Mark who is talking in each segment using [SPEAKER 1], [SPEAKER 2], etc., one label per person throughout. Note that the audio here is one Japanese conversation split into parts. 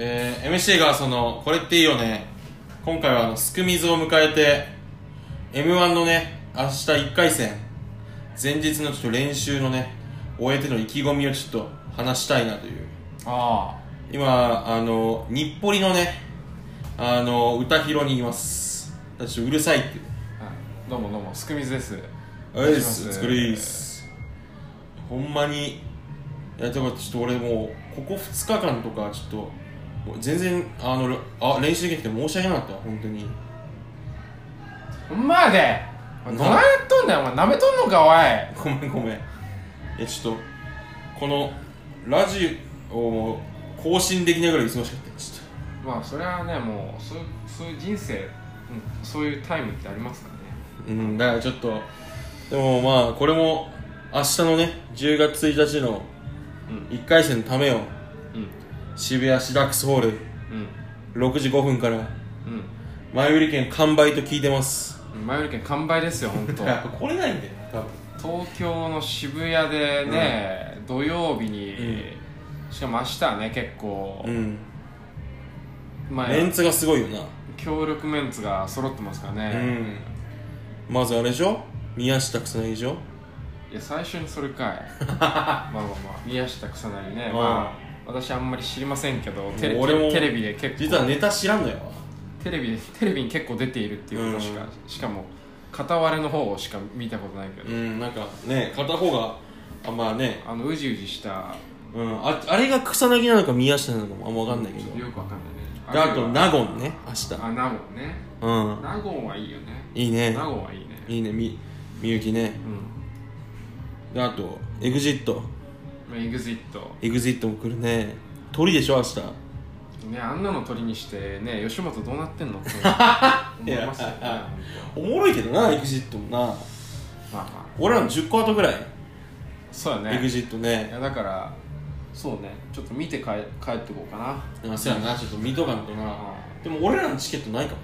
[SPEAKER 1] MC がそのこれっていいよね今回はあのすく水を迎えて m 1のね明日1回戦前日のちょっと練習のね終えての意気込みをちょっと話したいなという
[SPEAKER 2] あ
[SPEAKER 1] 今あの日暮里のねあの歌広にいます私うるさいって
[SPEAKER 2] あ、はい、どうもどうもすくみずです
[SPEAKER 1] あれです作りですほんまにいやでもちょっと俺もうここ2日間とかちょっともう全然あのあ練習できなくて申し訳なかった本当に
[SPEAKER 2] ほんまやでお前どないやっとんねんお前なめとんのかおい
[SPEAKER 1] ごめんごめんいやちょっとこのラジオを更新できないぐらい忙しかったちょっ
[SPEAKER 2] まあそれはねもうそうそういう人生、うん、そういうタイムってありますからね
[SPEAKER 1] とうんだからちょっとでもまあこれも明日のね10月1日の1回戦のためを
[SPEAKER 2] うん
[SPEAKER 1] 渋谷シダックスホール6時5分から
[SPEAKER 2] うん
[SPEAKER 1] 前売り券完売と聞いてます
[SPEAKER 2] うん前売り券完売ですよ 本当
[SPEAKER 1] 来れないんだよ多分
[SPEAKER 2] 東京の渋谷でね、土曜日に、しかも明日はね結構、
[SPEAKER 1] うん
[SPEAKER 2] まあ
[SPEAKER 1] メンツがすごいよな
[SPEAKER 2] 協力メンツが揃ってますから
[SPEAKER 1] う
[SPEAKER 2] ね、
[SPEAKER 1] んまずあれでしょ宮下草薙でしょ
[SPEAKER 2] いや最初にそれかい まあまあまあ宮下草薙ね、まあ私あんまり知りませんけどテレ
[SPEAKER 1] 俺も
[SPEAKER 2] テレビで結構
[SPEAKER 1] 実はネタ知らんのよ
[SPEAKER 2] テレビでテレビに結構出ているっていうことしか、しかも片割れの方しか見たことないけど、
[SPEAKER 1] うんなんかね片方があまあね、
[SPEAKER 2] あのうじうじした
[SPEAKER 1] うん、ああれが草薙なのか宮下なのかもあんま分かんないけ
[SPEAKER 2] ちょ
[SPEAKER 1] ど
[SPEAKER 2] っとよくわかんないね
[SPEAKER 1] であと
[SPEAKER 2] な
[SPEAKER 1] 納言ね明日
[SPEAKER 2] あナゴンね
[SPEAKER 1] うん
[SPEAKER 2] ナゴンはいいよね
[SPEAKER 1] いいね
[SPEAKER 2] ナゴンはいいね
[SPEAKER 1] いいねみみゆきね
[SPEAKER 2] うん
[SPEAKER 1] であとエグジット
[SPEAKER 2] まあ EXIT
[SPEAKER 1] エグジットも来るね鳥でしょ明日
[SPEAKER 2] ねあんなの鳥にしてね吉本どうなってんのって 思いますよね
[SPEAKER 1] いや
[SPEAKER 2] ま
[SPEAKER 1] おもろいけどなエグジットもな
[SPEAKER 2] あまあ
[SPEAKER 1] 俺らの10個後ぐらい
[SPEAKER 2] そうや
[SPEAKER 1] エグ
[SPEAKER 2] ね
[SPEAKER 1] ジット
[SPEAKER 2] い
[SPEAKER 1] ね
[SPEAKER 2] やだからそうねちょっと見て帰帰ってこうかな
[SPEAKER 1] あそうやなちょっと見とかんとなでも俺らのチケットないか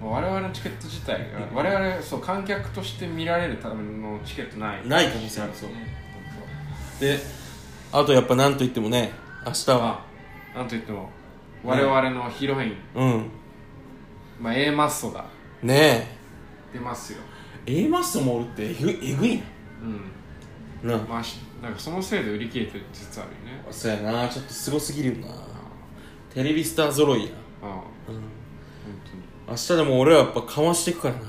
[SPEAKER 1] もな
[SPEAKER 2] 我々のチケット自体が我々そう観客として見られるためのチケットない
[SPEAKER 1] ない可能性あるそう
[SPEAKER 2] ね
[SPEAKER 1] であとやっぱなんといってもね明日は
[SPEAKER 2] まあなんといっても我々のヒロイン、
[SPEAKER 1] うん
[SPEAKER 2] まあ、A マッソが
[SPEAKER 1] ね
[SPEAKER 2] 出ますよ
[SPEAKER 1] え A マッソもおるってえぐえぐい
[SPEAKER 2] うん
[SPEAKER 1] なな
[SPEAKER 2] まあしなんかそのせいで売り切れてる実はあるよね
[SPEAKER 1] そうやなちょっとすごすぎるよなテレビスター揃いや
[SPEAKER 2] うん本
[SPEAKER 1] うん
[SPEAKER 2] 当に
[SPEAKER 1] 明日でも俺はやっぱかましていくからな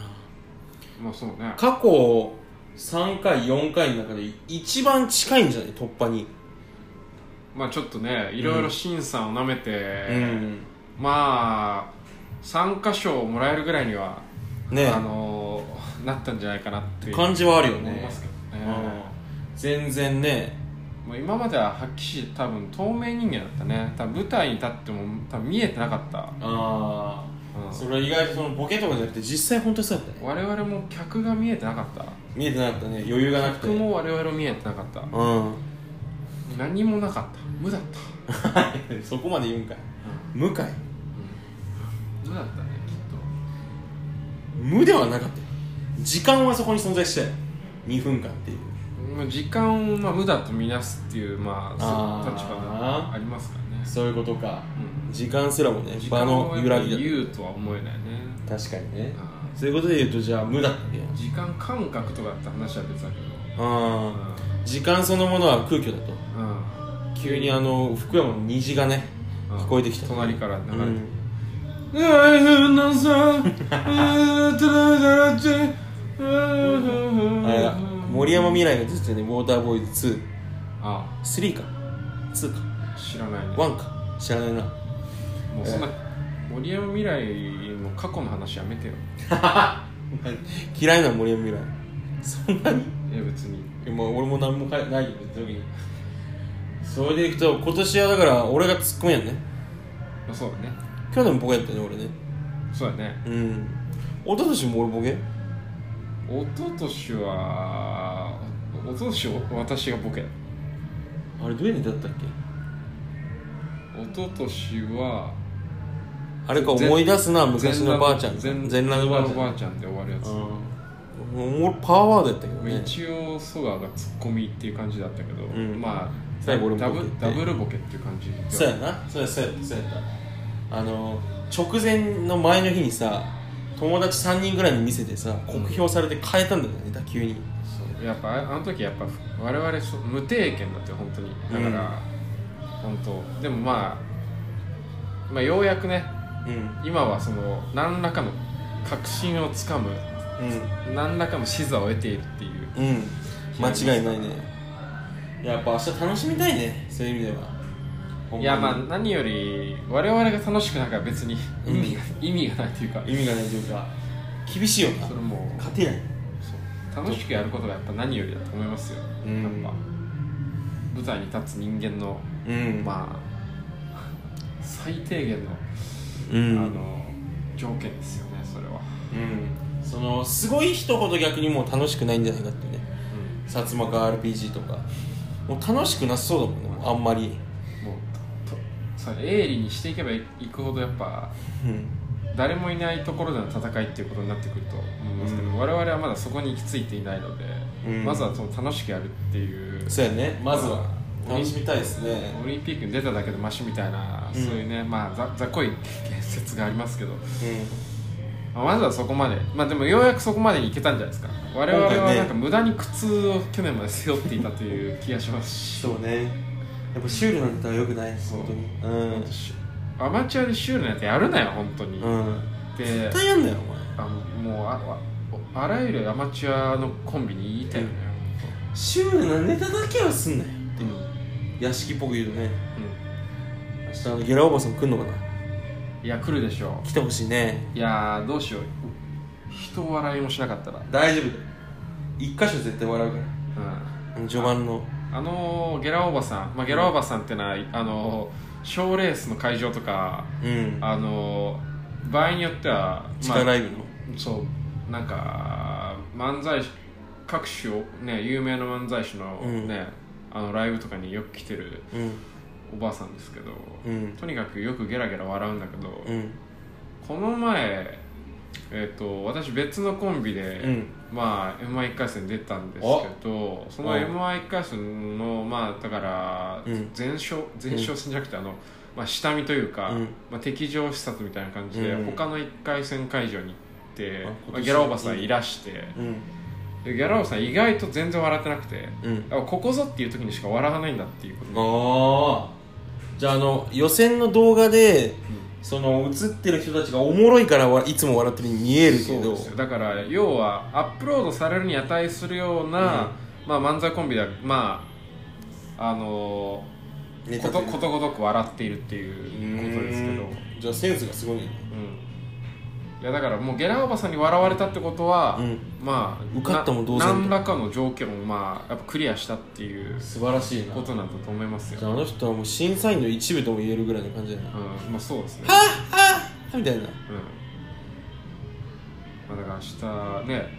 [SPEAKER 2] まあそうね
[SPEAKER 1] 過去3回4回の中で一番近いんじゃない突破に
[SPEAKER 2] まあちょっとねいろいろ審査をなめて、
[SPEAKER 1] うん
[SPEAKER 2] まあ参加賞をもらえるぐらいには、
[SPEAKER 1] ね
[SPEAKER 2] あのーなったんじゃないかなっていう
[SPEAKER 1] 感じはあるよね
[SPEAKER 2] 思いますけどね、
[SPEAKER 1] 全然ね
[SPEAKER 2] もう今までははっきり多分透明人間だったね多分舞台に立っても多分見えてなかった、
[SPEAKER 1] ああ
[SPEAKER 2] うん
[SPEAKER 1] それは意外とそのボケとかじゃなくて実際本当にそうだったね
[SPEAKER 2] 我々も客が見えてなかった
[SPEAKER 1] 見えてなかったね余裕がなくて
[SPEAKER 2] 客
[SPEAKER 1] うん
[SPEAKER 2] も我々も見えてなかった、何もなかった無だった、
[SPEAKER 1] そこまで言うんかい 無かい
[SPEAKER 2] 無だったねきっ
[SPEAKER 1] 無ではなかったよ時間はそこに存在したよ2分間っていう
[SPEAKER 2] とまあ時間をまあ無だと見なすっていうまあ
[SPEAKER 1] あ
[SPEAKER 2] そう
[SPEAKER 1] ー
[SPEAKER 2] 立場がありますからね、
[SPEAKER 1] そういうことか
[SPEAKER 2] うん
[SPEAKER 1] 時間すらもね
[SPEAKER 2] 時
[SPEAKER 1] 場
[SPEAKER 2] 間
[SPEAKER 1] の
[SPEAKER 2] を
[SPEAKER 1] 揺らぎだっ
[SPEAKER 2] 言うとは思えないね
[SPEAKER 1] た確かにね
[SPEAKER 2] あ
[SPEAKER 1] そういうことで言うとじゃあ無だったね
[SPEAKER 2] ー時間感覚とかって話は別だけど
[SPEAKER 1] うん時間そのものは空虚だと
[SPEAKER 2] うん、うん
[SPEAKER 1] 急にあの福山の虹がね聞こえてきた
[SPEAKER 2] 隣から流れて、
[SPEAKER 1] うん
[SPEAKER 2] うなさ
[SPEAKER 1] あれだ森山未来が出てたねウォーターボーイズ
[SPEAKER 2] あ
[SPEAKER 1] 23か2か
[SPEAKER 2] 知らないね
[SPEAKER 1] 1か知らないな
[SPEAKER 2] もうそんな森山未来の過去の話やめてよ
[SPEAKER 1] 嫌いな森山未来そんなに
[SPEAKER 2] いや別に
[SPEAKER 1] いやまあ俺も何もかないよ別にそれでいくと今年はだから俺がツッコミやんね
[SPEAKER 2] まあそうだね
[SPEAKER 1] 去年もボケやったね俺ね
[SPEAKER 2] そうだね
[SPEAKER 1] うん一昨年も俺ボケ
[SPEAKER 2] 一昨年は一昨年私がボケ
[SPEAKER 1] あれどういうネタだったっけ
[SPEAKER 2] 一昨年は
[SPEAKER 1] あれか思い出すな
[SPEAKER 2] 前
[SPEAKER 1] 昔
[SPEAKER 2] 裸
[SPEAKER 1] のばあちゃん
[SPEAKER 2] 前
[SPEAKER 1] 全裸のばあちゃん
[SPEAKER 2] ちゃんで終わるやつ、
[SPEAKER 1] うん俺パワーワードやったけど
[SPEAKER 2] まあ
[SPEAKER 1] ね
[SPEAKER 2] 一応ソガがツッコミっていう感じだったけど、
[SPEAKER 1] ん
[SPEAKER 2] まあ
[SPEAKER 1] 最後俺も
[SPEAKER 2] ダ
[SPEAKER 1] ボケ
[SPEAKER 2] ブ
[SPEAKER 1] って
[SPEAKER 2] ダブルボケっていう感じで
[SPEAKER 1] そうやなそうやそうやそうやったあの直前の前の日にさ友達3人ぐらいに見せてさ酷評されて変えたんだよね、ネタ急に
[SPEAKER 2] そうやっぱああの時やっぱ我々そう無経験だって本当にだから、本当でもまあ、まあ、ようやくね
[SPEAKER 1] うん
[SPEAKER 2] 今はその何らかの確信をつかむ何らかの視座を得ているっていう
[SPEAKER 1] うんうん間違いないねやっぱ明日楽しみたいねそういう意味ではほんまに
[SPEAKER 2] いやまあ何より我々が楽しくなんか別に意味が,、意味がないというか
[SPEAKER 1] 意味がないというか厳しいよな
[SPEAKER 2] それもう
[SPEAKER 1] 勝てない
[SPEAKER 2] そう楽しくやることがやっぱ何よりだと思いますよ、
[SPEAKER 1] うん
[SPEAKER 2] やっぱ舞台に立つ人間の
[SPEAKER 1] うん
[SPEAKER 2] まあ最低限の,、
[SPEAKER 1] う
[SPEAKER 2] あ
[SPEAKER 1] ん
[SPEAKER 2] の条件ですよねそれは、
[SPEAKER 1] うんそのすごい人ほど逆にもう楽しくないんじゃないかってね薩摩川 RPG とかもう楽しくなさそうだもんねあんまり
[SPEAKER 2] もうととそれ鋭利にしていけばいいくほどやっぱ
[SPEAKER 1] うん
[SPEAKER 2] 誰もいないところでの戦いっていうことになってくると思いますけど、
[SPEAKER 1] うん
[SPEAKER 2] 我々はまだそこに行き着いていないので、
[SPEAKER 1] うん
[SPEAKER 2] まずはその楽しくやるっていう
[SPEAKER 1] そうやねまずは
[SPEAKER 2] まあ
[SPEAKER 1] 楽しみたいですね
[SPEAKER 2] オリンピックに出ただけでマシみたいな、
[SPEAKER 1] うん
[SPEAKER 2] そういうねまあざざっこい言説がありますけど、
[SPEAKER 1] う
[SPEAKER 2] まあまずはそこまでまあでもようやくそこまでに行けたんじゃないですか我々
[SPEAKER 1] 今
[SPEAKER 2] は
[SPEAKER 1] 回ね
[SPEAKER 2] なんか無駄に苦痛を去年まで背負っていたという気がしますし
[SPEAKER 1] んそうねやっぱシュールなんてよくない
[SPEAKER 2] そう
[SPEAKER 1] 本当にうん
[SPEAKER 2] アマチュアでシュールなやつやるなよ本当に、
[SPEAKER 1] うん
[SPEAKER 2] で
[SPEAKER 1] 絶対やんなよお前
[SPEAKER 2] あのもうあああらゆるアマチュアのコンビに言いたいよね、
[SPEAKER 1] シュールなネタだけはすんなよ
[SPEAKER 2] うん
[SPEAKER 1] 屋敷っぽく言うとね
[SPEAKER 2] う
[SPEAKER 1] 明日あのゲラおばさん来んのかなん
[SPEAKER 2] いや来るでしょ
[SPEAKER 1] 来てほしいね
[SPEAKER 2] ういやーどうしよう人笑いもしなかったら、う
[SPEAKER 1] 大丈夫だよ一箇所絶対笑うから
[SPEAKER 2] ん
[SPEAKER 1] あの序盤の
[SPEAKER 2] あのーゲラおばさん、まあ、ゲラおばさんってのは、あのーショーレースの会場とか、
[SPEAKER 1] うん
[SPEAKER 2] あのー場合によっては、
[SPEAKER 1] 地
[SPEAKER 2] まあ
[SPEAKER 1] 下ライブの
[SPEAKER 2] そうなんか漫才師各種を、ね、有名な漫才師の,、
[SPEAKER 1] うん
[SPEAKER 2] ねあのライブとかによく来てる
[SPEAKER 1] うん
[SPEAKER 2] おばあさんですけど、
[SPEAKER 1] うん
[SPEAKER 2] とにかくよくゲラゲラ笑うんだけど、
[SPEAKER 1] うん
[SPEAKER 2] この前、えー、と私別のコンビで、
[SPEAKER 1] うん
[SPEAKER 2] まあ m 1 1回戦出たんですけどその
[SPEAKER 1] うん
[SPEAKER 2] m 1 1回戦のまあだから
[SPEAKER 1] うん
[SPEAKER 2] 前哨前哨戦じゃなくてあの、まあ、下見というか、
[SPEAKER 1] うん
[SPEAKER 2] まあ、敵情視察みたいな感じで、
[SPEAKER 1] うん
[SPEAKER 2] 他の1回戦会場に行って
[SPEAKER 1] あ、
[SPEAKER 2] まあ、
[SPEAKER 1] 今年
[SPEAKER 2] ギャラおばさんいらして、
[SPEAKER 1] うん
[SPEAKER 2] でギャラおばさん意外と全然笑ってなくて
[SPEAKER 1] うん
[SPEAKER 2] あここぞっていう時にしか笑わないんだっていうこ
[SPEAKER 1] あ
[SPEAKER 2] と
[SPEAKER 1] あじゃああの予選の動画で
[SPEAKER 2] う
[SPEAKER 1] その映ってる人たちがおもろいからはいつも笑ってるように見えるけ
[SPEAKER 2] そう
[SPEAKER 1] ど
[SPEAKER 2] ですよだから要はアップロードされるに値するような、まあ、漫才コンビではまああのー
[SPEAKER 1] ネ
[SPEAKER 2] こ
[SPEAKER 1] タ
[SPEAKER 2] と
[SPEAKER 1] というか
[SPEAKER 2] ことごとく笑っているっていうことですけど、
[SPEAKER 1] う
[SPEAKER 2] う
[SPEAKER 1] ーんじゃあセンスがすごいね
[SPEAKER 2] ん、いやだからもうゲラおばさんに笑われたってことは、
[SPEAKER 1] うん
[SPEAKER 2] まあ
[SPEAKER 1] 受かったも同然だ
[SPEAKER 2] な何らかの条件をまあやっぱクリアしたっていう
[SPEAKER 1] 素晴らしいな
[SPEAKER 2] ことなんだと思いますよ
[SPEAKER 1] じゃ、ああの人はもう審査員の一部とも言えるぐらいの感じだよな
[SPEAKER 2] うん、まあそうですね、
[SPEAKER 1] みたいな
[SPEAKER 2] うんまあ、だから明日ね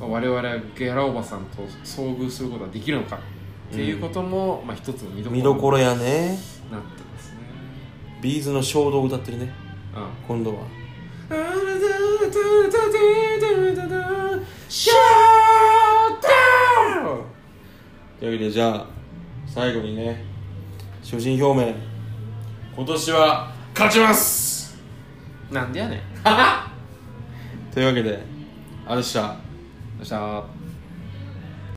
[SPEAKER 2] まあ我々はゲラおばさんと遭遇することができるのかっていうことも、まあ一つの見どころ
[SPEAKER 1] 見どこ
[SPEAKER 2] に
[SPEAKER 1] ろやね
[SPEAKER 2] なってますね
[SPEAKER 1] ビーズの衝動を歌ってるね
[SPEAKER 2] うん
[SPEAKER 1] 今度は
[SPEAKER 2] シャーダウン
[SPEAKER 1] というわけでじゃあ最後にね所人表明今年は勝ちます
[SPEAKER 2] なんでやねん。
[SPEAKER 1] というわけであれでした
[SPEAKER 2] どうした